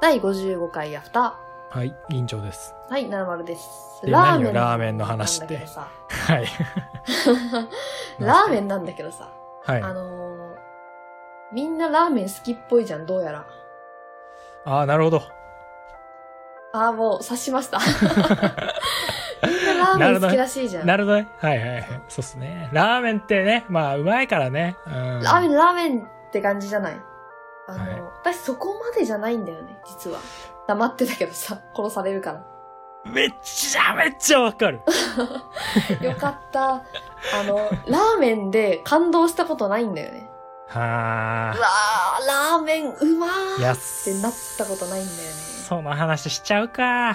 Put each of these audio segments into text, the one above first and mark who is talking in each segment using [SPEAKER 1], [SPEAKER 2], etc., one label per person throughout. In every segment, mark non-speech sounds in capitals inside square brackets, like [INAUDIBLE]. [SPEAKER 1] 第55回アフタ
[SPEAKER 2] はい、委員長です。
[SPEAKER 1] ー。はい、なるまるです。
[SPEAKER 2] で何よラーメンの話って
[SPEAKER 1] なんだけどさ [LAUGHS]
[SPEAKER 2] はい。
[SPEAKER 1] ラーメンなんだけどさ。
[SPEAKER 2] [LAUGHS] はい。
[SPEAKER 1] あ
[SPEAKER 2] あ
[SPEAKER 1] のー、みんなラーメン好きっぽいじゃん、どうやら。
[SPEAKER 2] あー、なるほど。
[SPEAKER 1] ああ、もう察しま
[SPEAKER 2] [LAUGHS]
[SPEAKER 1] した。みんなラーメン好きらしいじゃん。
[SPEAKER 2] なるほどね。はいはいはい。そうっすね。ラーメンってね、まあ、うまいからね。うん。
[SPEAKER 1] ラーメン、ラーメンって感じじゃない。あの、
[SPEAKER 2] はい
[SPEAKER 1] 私そこまでじゃないんだよね、実は。黙ってたけどさ、殺されるから。
[SPEAKER 2] めっちゃめっちゃ
[SPEAKER 1] [LAUGHS]
[SPEAKER 2] わかる。
[SPEAKER 1] よかっ
[SPEAKER 2] [LAUGHS]
[SPEAKER 1] た。あの、ラーメンで感動したことないんだよね。う
[SPEAKER 2] は
[SPEAKER 1] わー、ラーメンうま
[SPEAKER 2] あ。
[SPEAKER 1] ー
[SPEAKER 2] や
[SPEAKER 1] っ
[SPEAKER 2] って
[SPEAKER 1] なったことないんだよね。
[SPEAKER 2] その話しちゃうか。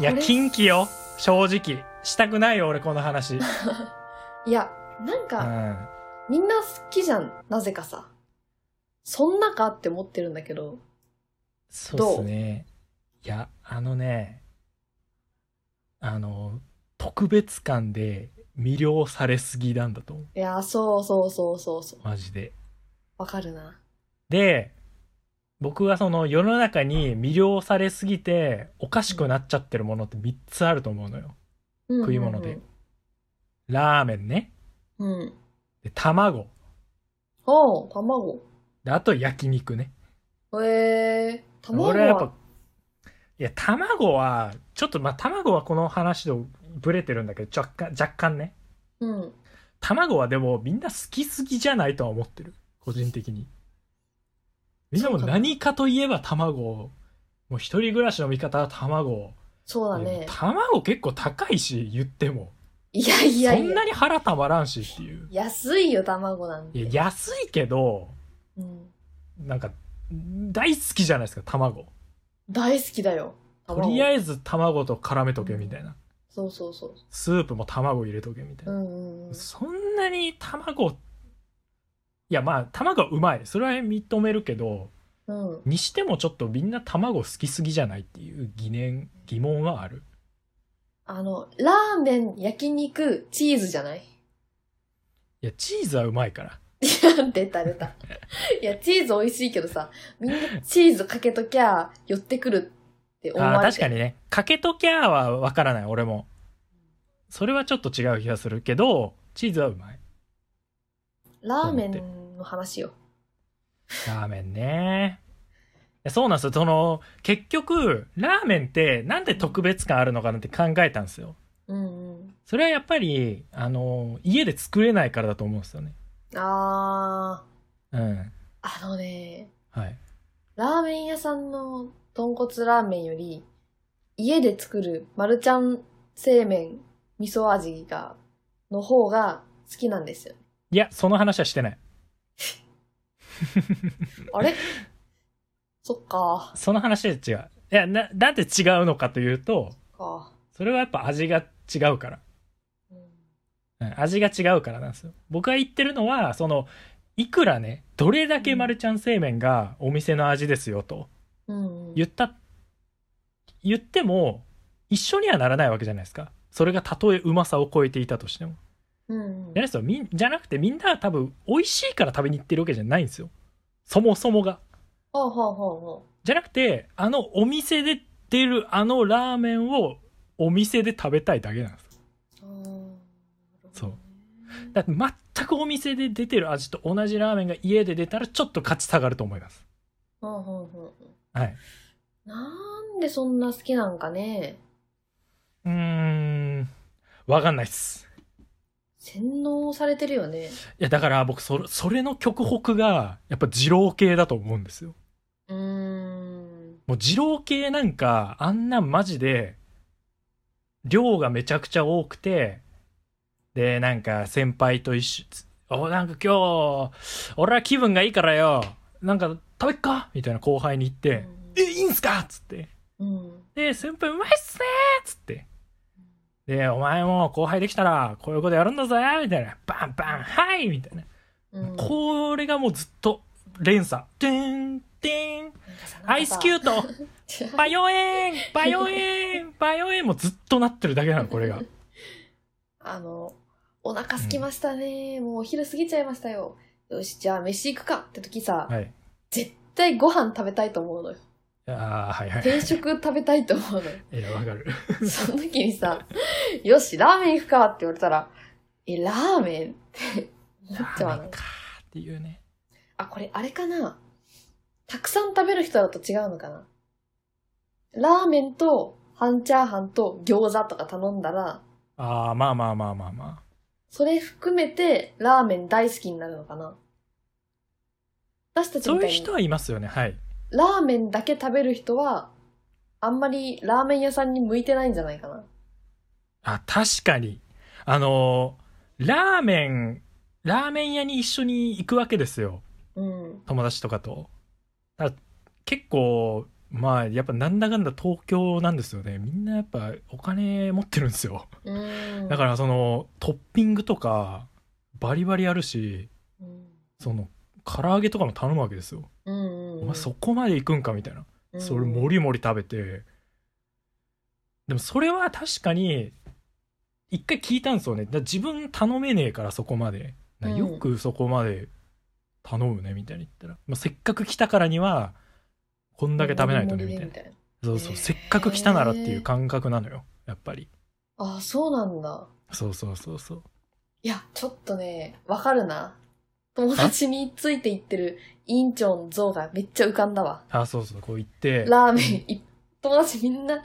[SPEAKER 2] いや、
[SPEAKER 1] これ
[SPEAKER 2] 近畿よ。正直。したくないよ、俺、この話。うん。
[SPEAKER 1] いや、なんか、
[SPEAKER 2] あ
[SPEAKER 1] みんな好きじゃん、なぜかさ。そんなかって思ってるんだけど。
[SPEAKER 2] そうっすね。いや、あのね、あの、特別感で魅了されすぎなんだと思う。
[SPEAKER 1] いやー、そうそうそうそうそう。
[SPEAKER 2] マジで。
[SPEAKER 1] わかるな。
[SPEAKER 2] で、僕はその世の中に魅了されすぎておかしくなっちゃってるものって3つあると思うのよ。
[SPEAKER 1] うんうんうん
[SPEAKER 2] 食い物で。ラーメンね。
[SPEAKER 1] うん。
[SPEAKER 2] で、卵。
[SPEAKER 1] おう、卵。
[SPEAKER 2] で、あと焼肉ね。
[SPEAKER 1] へえー、卵は
[SPEAKER 2] 俺はやっぱ、いや、卵は、ちょっとまあ、卵はこの話とブレてるんだけど、若干、若干ね。
[SPEAKER 1] うん。
[SPEAKER 2] 卵はでもみんな好きすぎじゃないとは思ってる。個人的に。みんなも何かといえば卵を、もう一人暮らしの味方は卵を。
[SPEAKER 1] そうだね。
[SPEAKER 2] 卵結構高いし、言っても。
[SPEAKER 1] いやいや
[SPEAKER 2] そ
[SPEAKER 1] い
[SPEAKER 2] ん
[SPEAKER 1] や。
[SPEAKER 2] なに腹たまらんしっていう。
[SPEAKER 1] 安いよ、卵なんて。
[SPEAKER 2] いや、安いけど、
[SPEAKER 1] うん、
[SPEAKER 2] なんか、大好きじゃないですか、卵。
[SPEAKER 1] 大好きだよ。
[SPEAKER 2] とりあ
[SPEAKER 1] え
[SPEAKER 2] えず卵と絡めとけみたいな。
[SPEAKER 1] そうそうそう。
[SPEAKER 2] スープも卵入れとけみたいうな。
[SPEAKER 1] んうんうん。
[SPEAKER 2] そんなに卵、いやまあ、卵はうまい。それは認めるけど、
[SPEAKER 1] うん。
[SPEAKER 2] にしてもちょっとみんな卵好きすぎじゃないっていう疑念、疑問はある。
[SPEAKER 1] あの、ラーメン、焼肉、チーズじゃない [LAUGHS]
[SPEAKER 2] いや、チーズはうまいから。
[SPEAKER 1] 出た出た。いや、チーズ美味しいけどさ、みんなチーズかけときゃ、寄ってくるって思
[SPEAKER 2] あ
[SPEAKER 1] わ
[SPEAKER 2] あ、
[SPEAKER 1] れ
[SPEAKER 2] 確
[SPEAKER 1] て
[SPEAKER 2] かにね。かけときゃはわからない、俺も。それはちょっと違う気がするけど、チーズはうまい。
[SPEAKER 1] ラーメンの話よ。
[SPEAKER 2] ラーメンね。いやそうなんですよ。その、結局、ラーメンってなんで特別感あるのかなって考えたんですよ。
[SPEAKER 1] うんうん。
[SPEAKER 2] それはやっぱり、あの、家で作れないからだと思うんですよね。
[SPEAKER 1] あ
[SPEAKER 2] うん。
[SPEAKER 1] ー、あのね、
[SPEAKER 2] はい。
[SPEAKER 1] ラーメン屋さんの豚骨ラーメンより、家で作るマルちゃん製麺味噌味が、の方が好きなんですよ。
[SPEAKER 2] いや、その話はしてない。
[SPEAKER 1] あれそっか。
[SPEAKER 2] その話は違う。いや、な、なんで違うのかというと、
[SPEAKER 1] か。
[SPEAKER 2] それはやっぱ味が違うから。
[SPEAKER 1] うん
[SPEAKER 2] うん味が違うからなんですよ。僕が言ってるのは、その、いくらね、どれだけマルちゃん製麺がお店の味ですよと
[SPEAKER 1] うんうん。
[SPEAKER 2] 言った、言っても、一緒にはならないわけじゃないですか。それがたとえうまさを超えていたとしても。
[SPEAKER 1] うんうん
[SPEAKER 2] じゃないですよ。みん、じゃなくてみんなは多分、美味しいから食べに行ってるわけじゃないんですよ。そもそもが。
[SPEAKER 1] ほうほうほうほ
[SPEAKER 2] じゃなくて、あのお店で出るあのラーメンをお店で食べたいだけなんです。
[SPEAKER 1] う。あーなるほどね
[SPEAKER 2] そうだって全くお店で出てる味と同じラーメンが家で出たらちょっと価値下がると思います。
[SPEAKER 1] ほうほうほう。
[SPEAKER 2] はい。
[SPEAKER 1] なんでそんな好きなんかね。
[SPEAKER 2] うーん。わかんないっす。
[SPEAKER 1] 洗脳されてるよね。
[SPEAKER 2] いや、だから僕、それ、それの極北が、やっぱ二郎系だと思うんですよ。
[SPEAKER 1] うーん。
[SPEAKER 2] もう二郎系なんか、あんなマジで、量がめちゃくちゃ多くて、で、なんか先輩と一緒、つお、なんか今日、俺は気分がいいからよ、なんか食べっかみたいな後輩に言って、え、いいんすかっつって。
[SPEAKER 1] うん。
[SPEAKER 2] で、先輩うまいっすねーっつって。で、お前も後輩できたら、こういうことやるんだぜみたいな。バンバンはいみたいな。
[SPEAKER 1] うん。
[SPEAKER 2] これがもうずっと連鎖。てんてん。アイスキュ
[SPEAKER 1] ー
[SPEAKER 2] ートバヨエンバヨエンバヨエンもずっとなってるだけなの、これが。
[SPEAKER 1] [LAUGHS] あの、お腹空きましたね。もうお昼過ぎちゃいましたよ。よし、じゃあ飯行くかって時さ、
[SPEAKER 2] はい。
[SPEAKER 1] 絶対ご飯食べたいと思う
[SPEAKER 2] [LAUGHS]
[SPEAKER 1] のよ。
[SPEAKER 2] ああ、はいはい。
[SPEAKER 1] 定食食べたいと思うのよ。
[SPEAKER 2] いや、わか
[SPEAKER 1] [LAUGHS]
[SPEAKER 2] る。
[SPEAKER 1] その時にさ、よし、ラーメン行くかって言われたら、え、ラーメンって思っちゃ
[SPEAKER 2] ラ
[SPEAKER 1] う
[SPEAKER 2] ーメ
[SPEAKER 1] の
[SPEAKER 2] ン。かーっていうね。
[SPEAKER 1] あ、これあれかなたくさん食べる人だと違うのかなラーメンと半チャーハンと餃子とか頼んだら、
[SPEAKER 2] ああ、まあまあまあまあま
[SPEAKER 1] それ含めてラーメン大好きになるのかな私た
[SPEAKER 2] あ。
[SPEAKER 1] ちみ
[SPEAKER 2] そう
[SPEAKER 1] たい
[SPEAKER 2] いう
[SPEAKER 1] に
[SPEAKER 2] 人はいますよね。はい。
[SPEAKER 1] ラーメンだけ食べる人は、あんまりラーメン屋さんに向いてないんじゃないかな。
[SPEAKER 2] あ、確かに。あのーラーメン、ラーメン屋に一緒に行くわけですよ。
[SPEAKER 1] うん。
[SPEAKER 2] 友達とかと。だから結構、まあ、やっぱなんだかんだ東京なんですよね。みんなやっぱお金持ってるんですよ。
[SPEAKER 1] うん。
[SPEAKER 2] だからそのトッピングとかバリバリあるし、
[SPEAKER 1] うん、
[SPEAKER 2] その唐揚げとかも頼むわけですよ。
[SPEAKER 1] うんうんうん。
[SPEAKER 2] お前そこまで行くんかみたいな。
[SPEAKER 1] うん
[SPEAKER 2] それもりもり食べて。でもそれは確かに、一回聞いたんですよね。だから自分頼めねえからそこまで。だからよくそこまで頼むねみたいに言ったら。まあ、せっかく来たからには、こんだけ食べないとねみたいな。
[SPEAKER 1] たいな。
[SPEAKER 2] そうそう。
[SPEAKER 1] へー
[SPEAKER 2] せっかく来たならっていう感覚なのよ。やっぱり。
[SPEAKER 1] あ、そうなんだ。
[SPEAKER 2] そうそうそうそう。
[SPEAKER 1] いや、ちょっとね、わかるな。友達についていってる委員長の像がめっちゃ浮かんだわ。
[SPEAKER 2] あ、そうそう。こう言って。
[SPEAKER 1] ラーメンい、友達み
[SPEAKER 2] [LAUGHS]
[SPEAKER 1] んな、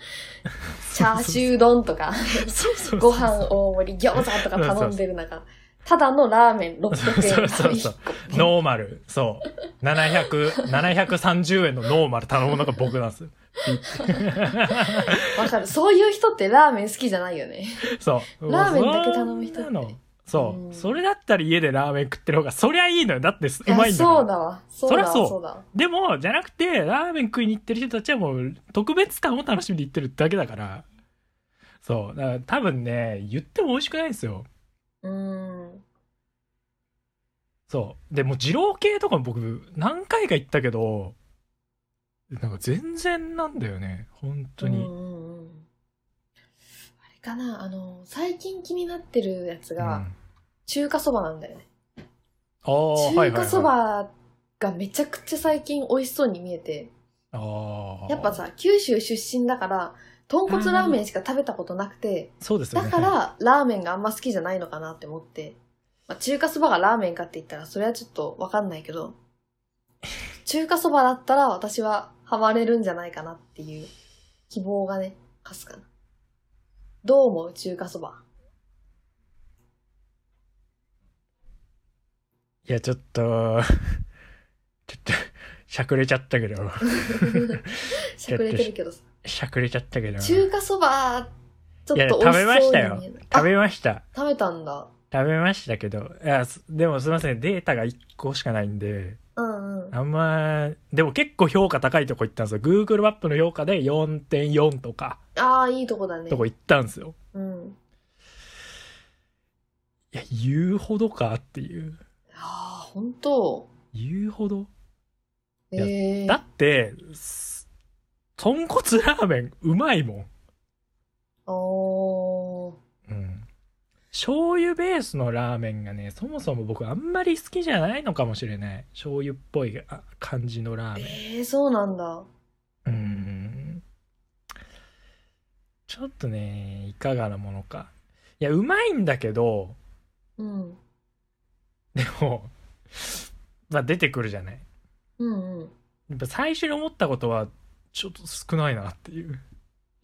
[SPEAKER 1] チャーシュー丼とか、
[SPEAKER 2] そうそうそう
[SPEAKER 1] ご飯大盛り、餃子とか頼んでる
[SPEAKER 2] [LAUGHS]
[SPEAKER 1] 中、ただのラーメン600円。
[SPEAKER 2] そうそうそうノーマル、そう。700、730円のノーマル頼むのが僕なんですよ。
[SPEAKER 1] わかる。そういう人ってラーメン好きじゃないよね。
[SPEAKER 2] そう。
[SPEAKER 1] ラーメンだけ頼む人って
[SPEAKER 2] そんなのそうう。
[SPEAKER 1] ん
[SPEAKER 2] それだったら家でラーメン食ってる方が、そりゃいいのよ。だってす、うまいんだ
[SPEAKER 1] や
[SPEAKER 2] か
[SPEAKER 1] そう
[SPEAKER 2] ら。
[SPEAKER 1] だわ。そうだわ。
[SPEAKER 2] そりゃそう
[SPEAKER 1] そうだわ。
[SPEAKER 2] でも、じゃなくて、ラーメン食いに行ってる人たちはもう、特別感を楽しみに行ってるだけだから。そう。だから多分ね、言っても美味しくないんですよ。
[SPEAKER 1] うーん。
[SPEAKER 2] そう。でも、二郎系とかも僕、何回か行ったけど、なんか全然なんだよね。本当に。
[SPEAKER 1] うんうんうんあれかな、あの、最近気になってるやつ
[SPEAKER 2] うん
[SPEAKER 1] が、中華そばなんだよね。
[SPEAKER 2] ああ、はい
[SPEAKER 1] 中
[SPEAKER 2] はいは
[SPEAKER 1] 華
[SPEAKER 2] い
[SPEAKER 1] そばがめちゃくちゃ最近美味しそうに見えて、
[SPEAKER 2] ああ。
[SPEAKER 1] やっぱ、さ、九州出身だから、豚骨ラーメンしか食べたことなくて、
[SPEAKER 2] そうですよ
[SPEAKER 1] だ
[SPEAKER 2] ね。
[SPEAKER 1] か
[SPEAKER 2] はい、
[SPEAKER 1] らラーメンがあんま好きじゃないのかなって思って、まあ、中華そばがラーメンかって言ったらそれはちょっとわかんないけど、中華そばだったら私はハマれるんじゃないかなっていう希望がね、かすかな。どう思う中華そ
[SPEAKER 2] [LAUGHS]
[SPEAKER 1] ば。
[SPEAKER 2] いや、ちょっと、 [LAUGHS] ちょっと、しゃくれちゃったけど、 [LAUGHS]
[SPEAKER 1] しゃくれてるけどさ、
[SPEAKER 2] しゃくれちゃったけど、食
[SPEAKER 1] 中華そば、ちょっと
[SPEAKER 2] いや
[SPEAKER 1] 美味しそうに見え
[SPEAKER 2] 食べま
[SPEAKER 1] な
[SPEAKER 2] し
[SPEAKER 1] い
[SPEAKER 2] べました。
[SPEAKER 1] あ食べたんだ。
[SPEAKER 2] 食べましたけど、いや、すでもすいません、データが1個しかないんで、
[SPEAKER 1] うんうん。
[SPEAKER 2] あんま、でも結構評価高いとこ行ったんですよ。Google マップの評価で4.4とか、
[SPEAKER 1] ああ、いいとこだね。
[SPEAKER 2] とこ行ったんですよ。
[SPEAKER 1] うん。
[SPEAKER 2] いや、言うほどかっていう。
[SPEAKER 1] ああ、ほんと。
[SPEAKER 2] 言うほどいや
[SPEAKER 1] ええ
[SPEAKER 2] だって、す豚骨ラーメンうまいもん。
[SPEAKER 1] おー。
[SPEAKER 2] うん醤油ベースのラーメンがねそもそも僕あんまり好きじゃないのかもしれない醤油っぽいあ感じのラーメ
[SPEAKER 1] ええそうなんだ。
[SPEAKER 2] ンうんちょっとねいかがなものかいやうまいんだけど [LAUGHS]
[SPEAKER 1] うん。
[SPEAKER 2] でもまあ出てくるじゃない
[SPEAKER 1] うんうん。
[SPEAKER 2] やっぱ最初に思ったことはちょっと少ないなっていう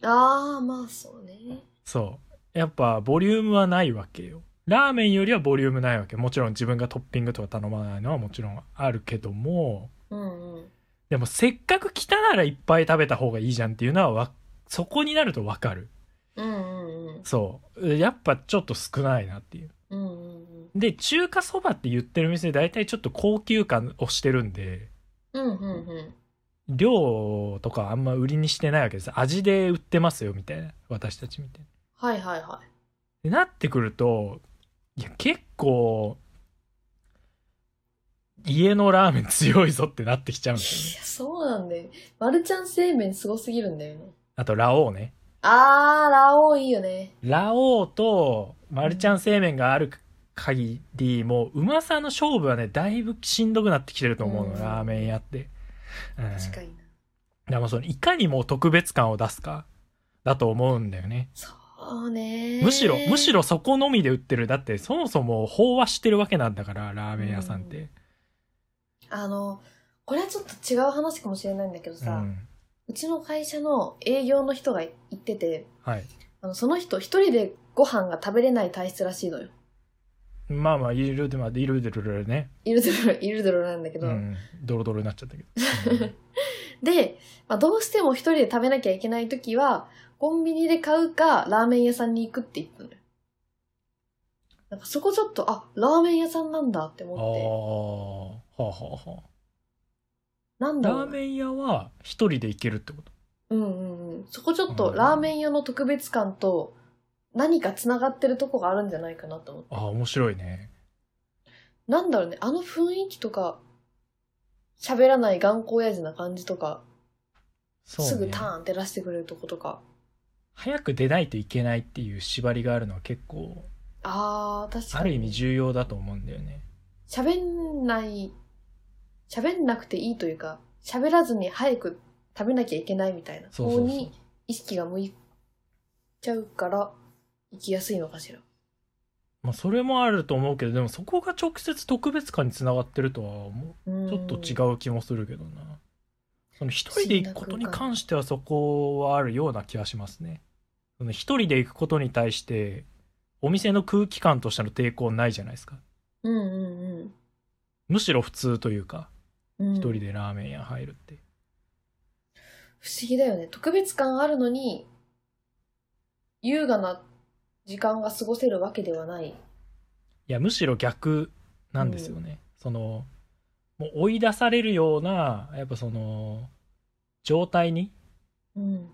[SPEAKER 1] ああ、まあそうね。
[SPEAKER 2] そうやっぱボリュームはないわけよラーメンよりはボリュームないわけもちろん自分がトッピングとか頼まないのはもちろんあるけども
[SPEAKER 1] うんうん。
[SPEAKER 2] でもせっかく来たならいっぱい食べた方がいいじゃんっていうのはわそこになるとわかる
[SPEAKER 1] うんうんうん。
[SPEAKER 2] そうやっぱちょっと少ないなっていう
[SPEAKER 1] うんうん
[SPEAKER 2] で中華そばって言ってる店大体ちょっと高級感をしてるんで
[SPEAKER 1] うん。うんうんうん。
[SPEAKER 2] 量とかはあんま売りにしてないわけです味で売ってますよみたいな私たちみたいな
[SPEAKER 1] はいはいは
[SPEAKER 2] でなってくるといや結構家のラーメン強いぞってなってきちゃうん
[SPEAKER 1] い。
[SPEAKER 2] ですよ
[SPEAKER 1] い
[SPEAKER 2] ね
[SPEAKER 1] や、そうなんだよ。マルちゃん製麺すごすぎるんだよね。
[SPEAKER 2] あとラオウね
[SPEAKER 1] あー、ラオウいいよね。
[SPEAKER 2] ラオウとマルちゃん製麺がある限り、もううまさの勝負はね、だいぶしんどくなってきてると思うの、
[SPEAKER 1] うん
[SPEAKER 2] ラーメン屋って。うん、
[SPEAKER 1] 確かにな。
[SPEAKER 2] でもそのいかにも特別感を出すかだと思うんだよね。
[SPEAKER 1] そうね。
[SPEAKER 2] むしろ、むし
[SPEAKER 1] ろ。
[SPEAKER 2] ろそこのみで売ってる。だってそもそも飽和してるわけなんだから、ラーメン屋さんって。
[SPEAKER 1] あの、これはちょっと違う話かもしれないんだけど
[SPEAKER 2] う。
[SPEAKER 1] さ、うんちの会社の営業の人が言ってて、
[SPEAKER 2] はい。
[SPEAKER 1] あのその人一人でご飯が食べれない体質らしいのよ。
[SPEAKER 2] まあまあ、いるでまあ、いるでるるるね。
[SPEAKER 1] いるドロ、いるドロなんだけ
[SPEAKER 2] う
[SPEAKER 1] ど。
[SPEAKER 2] ん。ドロドロになっちゃったけ
[SPEAKER 1] [LAUGHS]
[SPEAKER 2] ど。うん
[SPEAKER 1] で、まあ、どうしても一人で食べなきゃいけないときは、コンビニで買うか、ラーメン屋さんに行くって言ったのよ。なんかそこちょっと、あ、ラーメン屋さんなんだって
[SPEAKER 2] ああ、
[SPEAKER 1] 思って。
[SPEAKER 2] はあはあはあ。
[SPEAKER 1] なんだろ
[SPEAKER 2] ラ
[SPEAKER 1] う
[SPEAKER 2] ー
[SPEAKER 1] な。
[SPEAKER 2] メン屋は一人で行けるってこと
[SPEAKER 1] うんうんうん。そこちょっ
[SPEAKER 2] う
[SPEAKER 1] と、
[SPEAKER 2] ん
[SPEAKER 1] ラーメン屋の特別感と、何か繋がってるとこがあるんじゃないかなと思って。
[SPEAKER 2] ああ、面白いね。
[SPEAKER 1] なんだろうね、あの雰囲気とか、喋らない頑固親父な感じとか、
[SPEAKER 2] そうね。
[SPEAKER 1] すぐターンって出してくれるとことか。
[SPEAKER 2] 早く出ないといけないっていう縛りがあるのは結構、
[SPEAKER 1] あー、確かに。
[SPEAKER 2] ある意味重要だと思うんだよね。
[SPEAKER 1] 喋んない、喋んなくていいというか、喋らずに早く食べなきゃいけないみたいな
[SPEAKER 2] そう
[SPEAKER 1] 方
[SPEAKER 2] そうそう
[SPEAKER 1] に。意識が向いちゃうから、行きやすいのかしら。
[SPEAKER 2] まあ、それもあると思うけど、でもそこが直接特別感につながってるとは思
[SPEAKER 1] ち
[SPEAKER 2] う。ちょっと違う気もするけどな。その一人で行くことに関してはそこはあるような気はしますね。その一人で行くことに対して、お店の空気感としての抵抗ないじゃないですか。
[SPEAKER 1] うんうん
[SPEAKER 2] むしろ普通というか、
[SPEAKER 1] うん。
[SPEAKER 2] 一
[SPEAKER 1] 一
[SPEAKER 2] 人でラーメン屋入るって。
[SPEAKER 1] 不思議だよね。特別感あるのに、優雅な時間が過ごせるわけではない。
[SPEAKER 2] いやむしろ逆なんですよね、そのもう追い出されるようなやっぱその状態に
[SPEAKER 1] うん。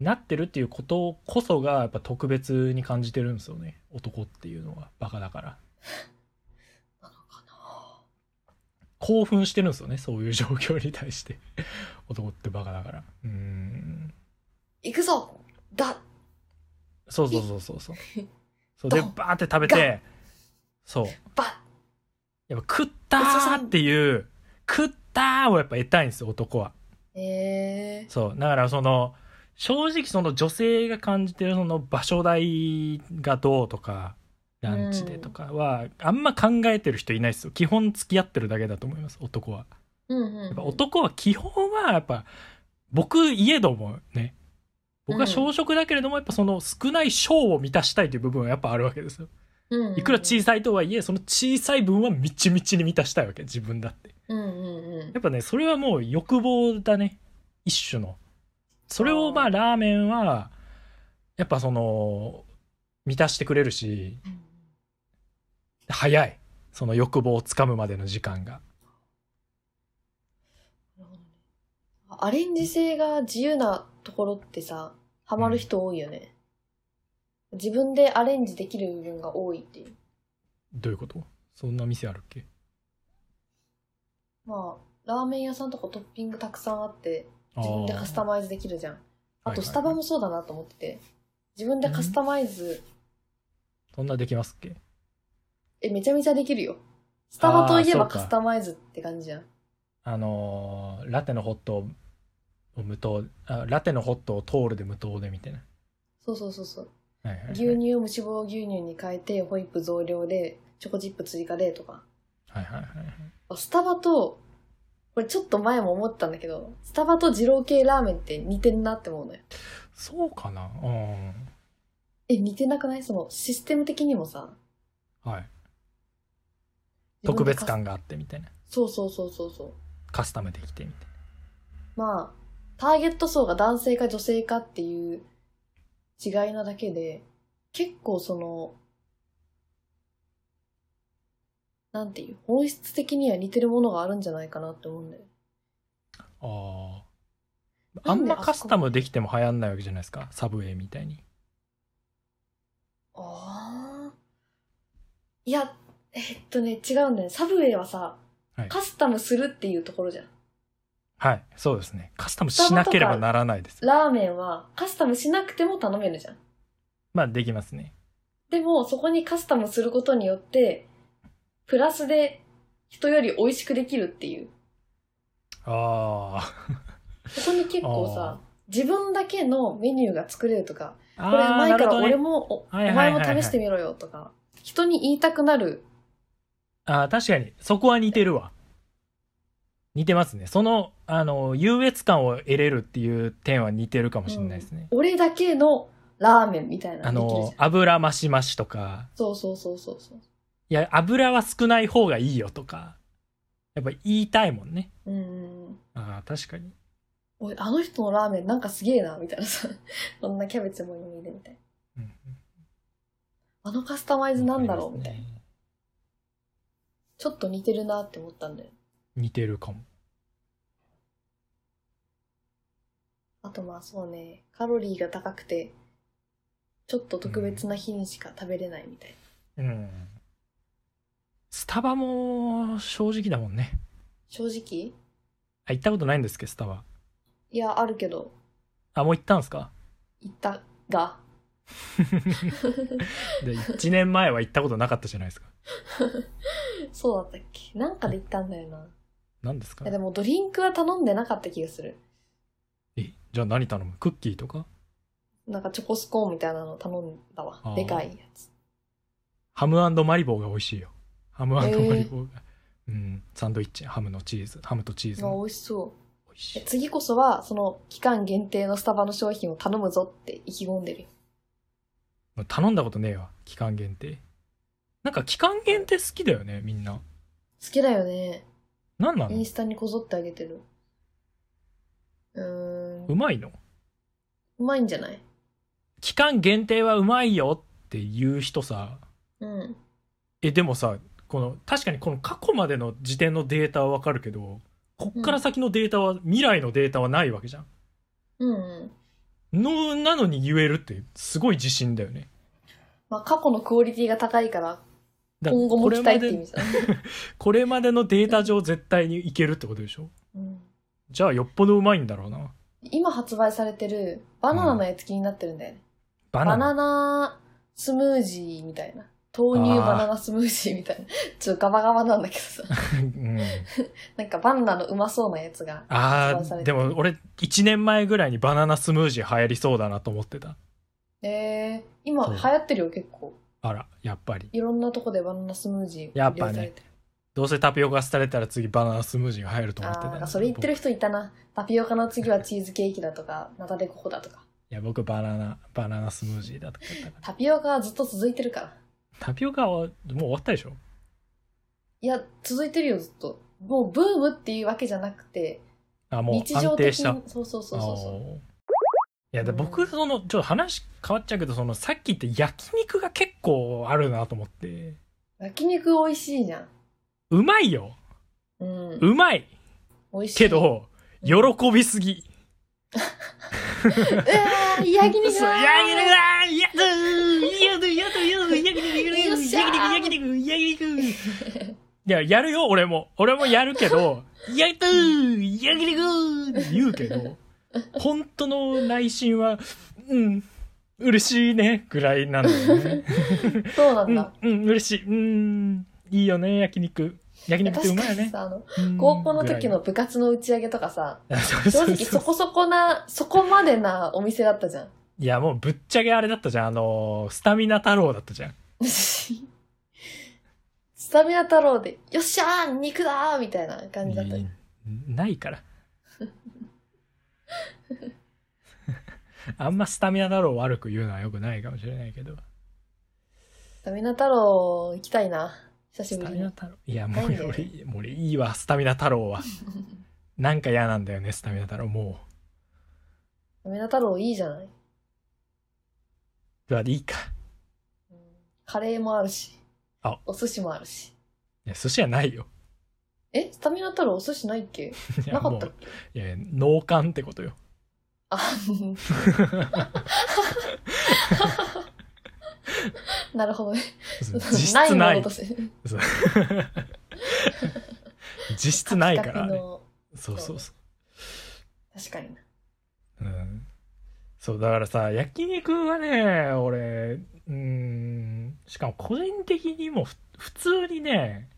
[SPEAKER 2] なってるっていうことこそがやっぱ特別に感じてるんですよね男っていうのはバカだから
[SPEAKER 1] なのかな
[SPEAKER 2] 興奮してるんですよねそういう状況に対して [LAUGHS] 男ってバカだからうーん
[SPEAKER 1] 行くぞだ
[SPEAKER 2] そうそうそうそう [LAUGHS] そうそう
[SPEAKER 1] ド
[SPEAKER 2] で
[SPEAKER 1] ン
[SPEAKER 2] バーンって食べてそう
[SPEAKER 1] ば
[SPEAKER 2] やっぱ食ったーっていう食ったーをやっぱ得たいんですよ男は
[SPEAKER 1] え
[SPEAKER 2] そう。だからその、正直その女性が感じてるその場所代がどうとか、ランチでとかは、あんま考えてる人いないですよ。基本付き合ってるだけだと思います、男は。
[SPEAKER 1] ー。うんうん。
[SPEAKER 2] やっぱ男は基本はやっぱ、僕、家どもね、僕は小食だけれども、やっぱその少ない小を満たしたいという部分はやっぱあるわけです
[SPEAKER 1] うんうんう
[SPEAKER 2] よ。
[SPEAKER 1] ん
[SPEAKER 2] いくら小さいとはいえ、その小さい分はみちみちに満たしたいわけ、自分だって。
[SPEAKER 1] うんうんうん
[SPEAKER 2] や。っぱね、それはもう欲望だね。一種の。それをま
[SPEAKER 1] あ
[SPEAKER 2] あ、
[SPEAKER 1] ー
[SPEAKER 2] ラーメンは、やっぱその、満たしてくれるし、早い。その欲望をつかむまでの時間が。
[SPEAKER 1] なるほどねアレンジ性が自由なところってさ、ハマる人多いよね。自分でアレンジできる部分が多いっていう。
[SPEAKER 2] どういうことそんな店あるっけ
[SPEAKER 1] まあ、ラーメン屋さんとかトッピングたくさんあって、自分でカスタ
[SPEAKER 2] マ
[SPEAKER 1] マイズできるじゃん。あ
[SPEAKER 2] はいはい
[SPEAKER 1] と、スタバもそうだなと思ってて。自分でカスタマイズ、
[SPEAKER 2] そんなできますっけ
[SPEAKER 1] え、めちゃめちゃできるよ。スタバといえば
[SPEAKER 2] あーそうか
[SPEAKER 1] カスタマイズって感じじゃん。
[SPEAKER 2] あのーラテのホットを無糖あ、ラテのホットをトールで無糖でみたいな。
[SPEAKER 1] そうそうそうそう。
[SPEAKER 2] はいはいはい
[SPEAKER 1] 牛乳を無脂肪牛乳に変えて、ホイップ増量で、チョコチップ追加でとか。
[SPEAKER 2] はいはいはいはい。
[SPEAKER 1] スタバと、これちょっと前も思ったんだけど、スタバと二郎系ラーメンって似てんなって思うのよ。
[SPEAKER 2] そうかなうん。
[SPEAKER 1] え、似てなくないそのシステム的にもさ。
[SPEAKER 2] はい。
[SPEAKER 1] 自
[SPEAKER 2] 特
[SPEAKER 1] 分で
[SPEAKER 2] 別
[SPEAKER 1] カス。
[SPEAKER 2] 感があってみたいな。
[SPEAKER 1] そうそうそうそうそう。
[SPEAKER 2] カスタムできてみたいな。
[SPEAKER 1] まあ、ターゲット層が男性か女性かっていう違いなだけで、結構その、なんていう、本質的には似てるものがあるんじゃないかなって思うんだよ。
[SPEAKER 2] ああ。あ
[SPEAKER 1] なんんで
[SPEAKER 2] まカスタムできても流行んないわけじゃないですか。サブウェイみたいに。
[SPEAKER 1] ああ。いや、えっとね、違うんだよ。サブウェイはさ、
[SPEAKER 2] はい
[SPEAKER 1] カスタムするっていうところじゃん。
[SPEAKER 2] はい。そうですね。カスタムしなければならないです。
[SPEAKER 1] ラーメンはカスタムしなくても頼めるじゃん。
[SPEAKER 2] まあ、できますね。
[SPEAKER 1] でも、そこにカスタムすることによって、プラスで人より美味しくできるっていう。
[SPEAKER 2] あ
[SPEAKER 1] そこに結構さ、自分だけのメニューが作れるとか、
[SPEAKER 2] ーあ
[SPEAKER 1] こ
[SPEAKER 2] ー。
[SPEAKER 1] れうまいか
[SPEAKER 2] なる
[SPEAKER 1] ら
[SPEAKER 2] ほどね
[SPEAKER 1] 俺も、お
[SPEAKER 2] はい
[SPEAKER 1] お
[SPEAKER 2] はいは
[SPEAKER 1] 前
[SPEAKER 2] いはい
[SPEAKER 1] も試してみろよとか、人に言いたくなる。
[SPEAKER 2] あー確かにそこは似てるわ似てますねそのあの優越感を得れるっていう点は似てるかもしれないですね、
[SPEAKER 1] 俺だけのラーメンみたいな
[SPEAKER 2] あ
[SPEAKER 1] のできる
[SPEAKER 2] の
[SPEAKER 1] じゃん。
[SPEAKER 2] 油増し増しとか
[SPEAKER 1] そうそうそうそうそう。
[SPEAKER 2] いや油は少ない方がいいよとかやっぱ言いたいもんね
[SPEAKER 1] うんうんうん。
[SPEAKER 2] あー確かに
[SPEAKER 1] おいあの人のラーメンなんかすげえな、みたいなさ。 [LAUGHS] こんなキャベツも入れるみたいな。
[SPEAKER 2] うん
[SPEAKER 1] あのカスタマイズなんだろうみたいな。
[SPEAKER 2] わかりますね
[SPEAKER 1] ちょっと似てるなって思ったんだよ。
[SPEAKER 2] 似てるかも
[SPEAKER 1] あとまあそうね、カロリーが高くて、ちょっと特別な日にしか食べれないみたいな。
[SPEAKER 2] うんスタバも正直だもんね
[SPEAKER 1] 正直
[SPEAKER 2] あ行ったことないんですけどスタバ
[SPEAKER 1] いや、あるけど、
[SPEAKER 2] あもう行ったんですか
[SPEAKER 1] 行ったが、
[SPEAKER 2] で1年前は行ったことなかったじゃないですか
[SPEAKER 1] そうだったっけなんかで行ったんだよな。
[SPEAKER 2] 何ですか
[SPEAKER 1] いやでもドリンクは頼んでなかった気がする。
[SPEAKER 2] えじゃあ何頼むクッキーとか
[SPEAKER 1] なんかチョコスコーンみたいなの頼んだわ
[SPEAKER 2] あ。ー
[SPEAKER 1] でかいやつ。
[SPEAKER 2] ハムマリボーが美味しいよハムマリボーが、うんサンドイッチハムのチーズハムとチーズ
[SPEAKER 1] あ
[SPEAKER 2] の
[SPEAKER 1] 美味しそう。
[SPEAKER 2] 美味し
[SPEAKER 1] え
[SPEAKER 2] い
[SPEAKER 1] 次こそは、その期間限定のスタバの商品を頼むぞって意気込んでるよ。
[SPEAKER 2] もう頼んだことねえわ期間限定なんか期間限定好きだよねみんな
[SPEAKER 1] 好きだよね。
[SPEAKER 2] 何な
[SPEAKER 1] イ
[SPEAKER 2] の
[SPEAKER 1] ンスタにこぞってあげてる。うーん
[SPEAKER 2] う。まいの
[SPEAKER 1] うまいんじゃない
[SPEAKER 2] 期間限定はうまいよっていう人さ
[SPEAKER 1] うん。
[SPEAKER 2] えでもさこの確かにこの過去までの時点のデータはわかるけどこっから先のデータは、未来のデータはないわけじゃん
[SPEAKER 1] うんうん。
[SPEAKER 2] のなのに言えるってすごい自信だよね
[SPEAKER 1] まあ過去のクオリティが高いから、
[SPEAKER 2] だから
[SPEAKER 1] 今後も
[SPEAKER 2] こ
[SPEAKER 1] 期
[SPEAKER 2] れま
[SPEAKER 1] 待って
[SPEAKER 2] で
[SPEAKER 1] 意味じゃない
[SPEAKER 2] これまでのデータ上絶対にいけるってことでしょ
[SPEAKER 1] うん。
[SPEAKER 2] じゃあよっぽどうまいんだろうな
[SPEAKER 1] 今発売されてるバナナのやつ気になってるんだよね。
[SPEAKER 2] バナ
[SPEAKER 1] バ
[SPEAKER 2] ナ
[SPEAKER 1] ナナスムージーみたいな。豆乳バナナスムージーみたいな。 [LAUGHS] ちょっとガバガバなんだけどさ。
[SPEAKER 2] [LAUGHS] うん、
[SPEAKER 1] なんかバナナのうまそうなやつが。
[SPEAKER 2] あ
[SPEAKER 1] 発売さ
[SPEAKER 2] ー
[SPEAKER 1] れ
[SPEAKER 2] で
[SPEAKER 1] てる
[SPEAKER 2] も俺1年前ぐらいにバナナスムージー流行りそうだなと思ってた
[SPEAKER 1] えー、今
[SPEAKER 2] そう
[SPEAKER 1] 流行ってるよ結構。
[SPEAKER 2] あらやっぱり
[SPEAKER 1] いろんなとこでバナナスムージー
[SPEAKER 2] やっぱ
[SPEAKER 1] 利
[SPEAKER 2] ね
[SPEAKER 1] 用されてる。
[SPEAKER 2] どうせタピオカ廃れたら次バナナスムージーが入ると思って
[SPEAKER 1] あ
[SPEAKER 2] た
[SPEAKER 1] ー
[SPEAKER 2] な
[SPEAKER 1] なんかそれ言ってる人いたな。タピオカの次はチーズケーキだとか、ナタデココだとか。
[SPEAKER 2] いや僕バナナバナナスムージーだとか言ったから
[SPEAKER 1] タピオカはずっと続いてるから。
[SPEAKER 2] タピオカはもう終わったでしょ
[SPEAKER 1] いや、続いてるよずっと。もうブームっていうわけじゃなくて、
[SPEAKER 2] あも
[SPEAKER 1] 日
[SPEAKER 2] う
[SPEAKER 1] 常
[SPEAKER 2] 安定
[SPEAKER 1] 的
[SPEAKER 2] した
[SPEAKER 1] に。そうそうそうそうそう。
[SPEAKER 2] あーいやで
[SPEAKER 1] うん
[SPEAKER 2] 僕そのちょっと話変わっちゃうけどそのさっき言って焼肉が結構あるなと思って
[SPEAKER 1] 焼肉美味しいじゃん。
[SPEAKER 2] うまいよ
[SPEAKER 1] うん。
[SPEAKER 2] うまい
[SPEAKER 1] 美味しい。
[SPEAKER 2] けど喜
[SPEAKER 1] うん
[SPEAKER 2] びすぎ
[SPEAKER 1] うわー焼肉
[SPEAKER 2] そう
[SPEAKER 1] だー
[SPEAKER 2] 焼肉だやだーやだやだやだ焼肉
[SPEAKER 1] よっしゃー
[SPEAKER 2] 焼肉焼肉焼肉焼肉いややるよ俺も俺もやるけど焼いたー焼肉って言うけど本当の内心はうん嬉しいねぐらいなんだよね
[SPEAKER 1] そうな
[SPEAKER 2] うん
[SPEAKER 1] だ。
[SPEAKER 2] んうん嬉しいうんいいよね焼肉焼肉ってう
[SPEAKER 1] 確
[SPEAKER 2] まい
[SPEAKER 1] か
[SPEAKER 2] よ
[SPEAKER 1] に
[SPEAKER 2] ね
[SPEAKER 1] さ、あの、
[SPEAKER 2] うん
[SPEAKER 1] 高校の時の
[SPEAKER 2] ぐ
[SPEAKER 1] 部活の打ち上げとかさ、
[SPEAKER 2] らいそう
[SPEAKER 1] 正
[SPEAKER 2] そうそう
[SPEAKER 1] 直そこそこな、そこまでなお店だったじゃん。
[SPEAKER 2] いやもうぶっちゃけあれだったじゃんあのースタミナ太郎だったじゃん
[SPEAKER 1] [LAUGHS] スタミナ太郎で、よっしゃー肉だーみたいな感じだった。
[SPEAKER 2] いないから [LAUGHS] あんまスタミナだろう悪く言うのはよくないかもしれないけど
[SPEAKER 1] スタミナ太郎行きたいな。久し
[SPEAKER 2] ス
[SPEAKER 1] ぶ
[SPEAKER 2] タ
[SPEAKER 1] り
[SPEAKER 2] ミ
[SPEAKER 1] に
[SPEAKER 2] ナ。太郎いやもう
[SPEAKER 1] なんで
[SPEAKER 2] 俺もう俺いいわスタミナ太郎はなんか嫌なんだよねスタミナ太郎も
[SPEAKER 1] スタミナ太郎いいじゃない、
[SPEAKER 2] ううわいいか
[SPEAKER 1] うんカレーもあるし
[SPEAKER 2] あ、
[SPEAKER 1] お寿司もあるし。
[SPEAKER 2] いや寿司はないよ
[SPEAKER 1] えスタミナ太郎お寿司ないっけ
[SPEAKER 2] いや
[SPEAKER 1] なか
[SPEAKER 2] も
[SPEAKER 1] ったっ
[SPEAKER 2] う
[SPEAKER 1] け
[SPEAKER 2] いやいや脳幹ってこと
[SPEAKER 1] [LAUGHS]
[SPEAKER 2] よ
[SPEAKER 1] あ、なるほ
[SPEAKER 2] [LAUGHS]
[SPEAKER 1] どね。
[SPEAKER 2] 実質ない
[SPEAKER 1] ものとして
[SPEAKER 2] そう実質ないか
[SPEAKER 1] カピ
[SPEAKER 2] ら、
[SPEAKER 1] カピ
[SPEAKER 2] ね、
[SPEAKER 1] の
[SPEAKER 2] そうそうそう
[SPEAKER 1] 確かにな。
[SPEAKER 2] うんそうだからさ焼肉はね俺うんしかも個人的にもふ普通にね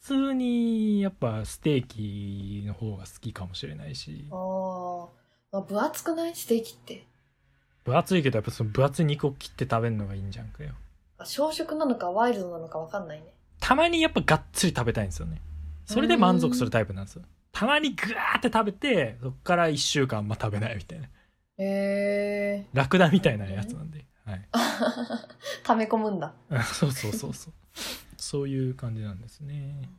[SPEAKER 2] 普通にやっぱステーキの方が好きかもしれないし
[SPEAKER 1] あー、まあ、分厚くないステーキって。
[SPEAKER 2] 分厚いけどやっぱその分厚い肉を切って食べるのがいいんじゃんかよ
[SPEAKER 1] あ小食なのかワイルドなのかわかんないね。
[SPEAKER 2] たまにやっぱがっつり食べたいんですよねそれで満足するタイプなんですよたまにグワーって食べてそっから1週間あんま食べないみたいな
[SPEAKER 1] へえ。
[SPEAKER 2] ラクダみたいなやつなんで、はい、
[SPEAKER 1] 溜め込むんだ。
[SPEAKER 2] [LAUGHS] そうそうそうそうそういう感じなんですね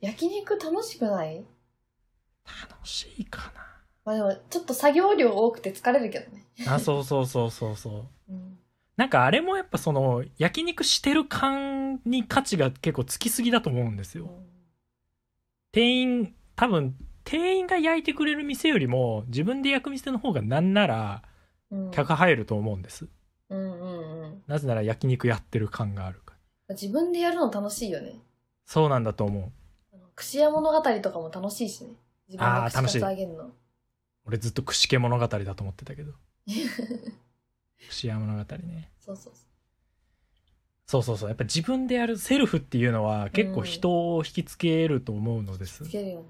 [SPEAKER 1] 焼肉楽しくない
[SPEAKER 2] 楽しいか
[SPEAKER 1] まあでも、ちょっと作業量多くて疲れるけどね。
[SPEAKER 2] なあそうそうそうそうそう
[SPEAKER 1] うん。
[SPEAKER 2] なんかあれもやっぱその焼肉してる感に価値が結構つきすぎだと思うんですよ店員多分店員が焼いてくれる店よりも自分で焼く店の方がなんなら
[SPEAKER 1] うん。
[SPEAKER 2] 客入ると思うんです、
[SPEAKER 1] うんうんうん。
[SPEAKER 2] なぜなら焼肉やってる感があるから
[SPEAKER 1] 自分でやるの楽しいよね。
[SPEAKER 2] そうなんだと思う
[SPEAKER 1] あの串屋物語とかも楽しいしね。自分の
[SPEAKER 2] あー楽し
[SPEAKER 1] 串カ
[SPEAKER 2] い
[SPEAKER 1] ツあげるの。
[SPEAKER 2] 俺ずっと串家物語だと思ってたけど串屋物語ね
[SPEAKER 1] そうそうそ
[SPEAKER 2] そうそうそうやっぱ自分でやるセルフっていうのは結構人を引きつけると思うのです、
[SPEAKER 1] う。つけるよね。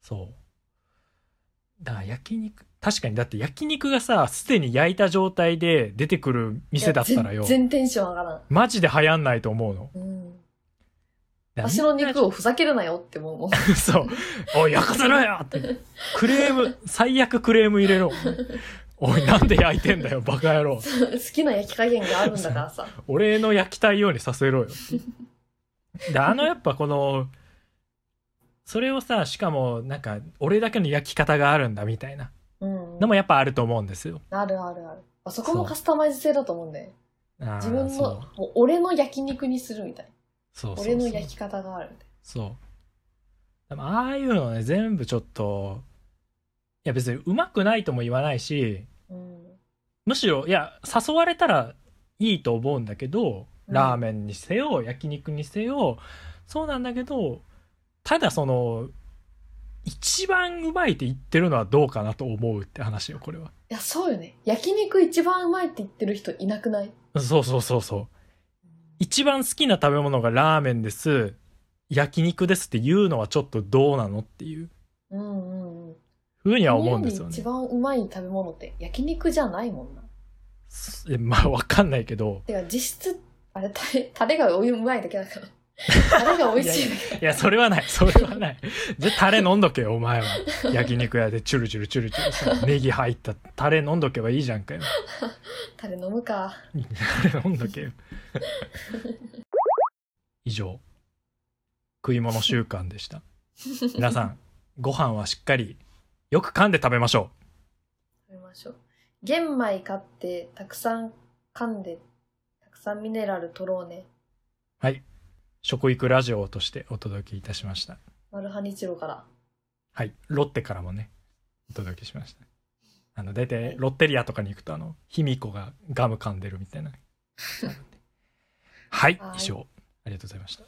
[SPEAKER 2] そうだから焼肉確かにだって焼肉がさすでに焼いた状態で出てくる店だったら
[SPEAKER 1] い
[SPEAKER 2] よ
[SPEAKER 1] や全然テンション上がらん。
[SPEAKER 2] マジで流行んないと思うの
[SPEAKER 1] うん。私の肉をふざけるなよって思う [LAUGHS] もん。
[SPEAKER 2] そう。おい、焼かせろよって。クレーム、最悪クレーム入れろ。おい、なんで焼いてんだよ、バカ野郎。
[SPEAKER 1] 好きな焼き加減があるんだからさ。
[SPEAKER 2] 俺の焼きたいようにさせろよ。で、あの、やっぱこの、それをさ、しかも、なんか、俺だけの焼き方があるんだ、みたいな
[SPEAKER 1] うんうん。
[SPEAKER 2] のもやっぱあると思うんですよ。
[SPEAKER 1] あるあるある。あそこもカスタマイズ性だと思うんだよね。
[SPEAKER 2] あー
[SPEAKER 1] 自分
[SPEAKER 2] そ
[SPEAKER 1] の
[SPEAKER 2] う、
[SPEAKER 1] もう俺の焼肉にするみたいな。
[SPEAKER 2] そうそうそう
[SPEAKER 1] 俺の焼き方があるみたい
[SPEAKER 2] そう。でも、ああいうのね、全部ちょっと、いや別にうまくないとも言わないし、
[SPEAKER 1] な。うん。
[SPEAKER 2] むしろいや誘われたらいいと思うんだけど
[SPEAKER 1] うん
[SPEAKER 2] ラーメンにせよ焼肉にせよそうなんだけどただその一番うまいって言ってるのはどうかなと思うって話よこれはい
[SPEAKER 1] や、そうよね。焼肉一番うまいって言ってる人いなくない
[SPEAKER 2] そうそうそうそう一番好きな食べ物がラーメンです焼肉ですって言うのはちょっとどうなのっていう
[SPEAKER 1] うんうんうん。
[SPEAKER 2] ふうに
[SPEAKER 1] い
[SPEAKER 2] は思うんですよ
[SPEAKER 1] 一
[SPEAKER 2] ね
[SPEAKER 1] 番うまい食べ物って焼肉じゃないもんな。
[SPEAKER 2] すえまあわかんないけど
[SPEAKER 1] てか実質、あれ、タレ、 [LAUGHS] タレがうまいだけだから。タレが美味しいだけ。
[SPEAKER 2] いやそれはないそれはないじゃタレ飲んどけよお前は焼肉屋でチュルチュルチュルチュルさネギ入ったタレ飲んどけばいいじゃんかよ
[SPEAKER 1] タレ飲むか。
[SPEAKER 2] タレ飲んどけよ以上食い物習慣でした皆さんご飯はしっかりよく噛んで食べましょ
[SPEAKER 1] 食べましょう。玄米買って、たくさん噛んで、たくさんミネラル取ろうね。
[SPEAKER 2] うはい食育ラジオとしてお届けいたしました
[SPEAKER 1] マルハニチロから。
[SPEAKER 2] はいロッテからもねお届けしましたあの大体ロッテリアとかに行くとあの卑弥呼がガム噛んでるみたいなはい
[SPEAKER 1] はい
[SPEAKER 2] 以上ありがとうございました